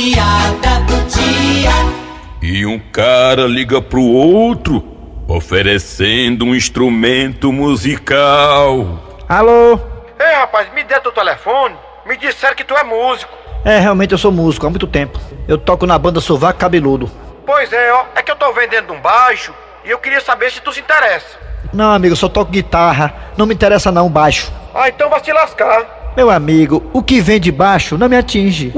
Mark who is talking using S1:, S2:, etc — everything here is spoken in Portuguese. S1: piada do dia.
S2: E um cara liga pro outro, oferecendo um instrumento musical.
S3: Alô?
S4: Ei, É, rapaz, me dê teu telefone. Me disseram que tu é músico.
S3: É, realmente eu sou músico há muito tempo. Eu toco na banda Sovaco Cabeludo.
S4: Pois é, ó. É que eu tô vendendo um baixo e eu queria saber se tu se interessa.
S3: Não, amigo, eu só toco guitarra. Não me interessa não baixo.
S4: Ah, então vai se lascar.
S3: Meu amigo, o que vem de baixo não me atinge.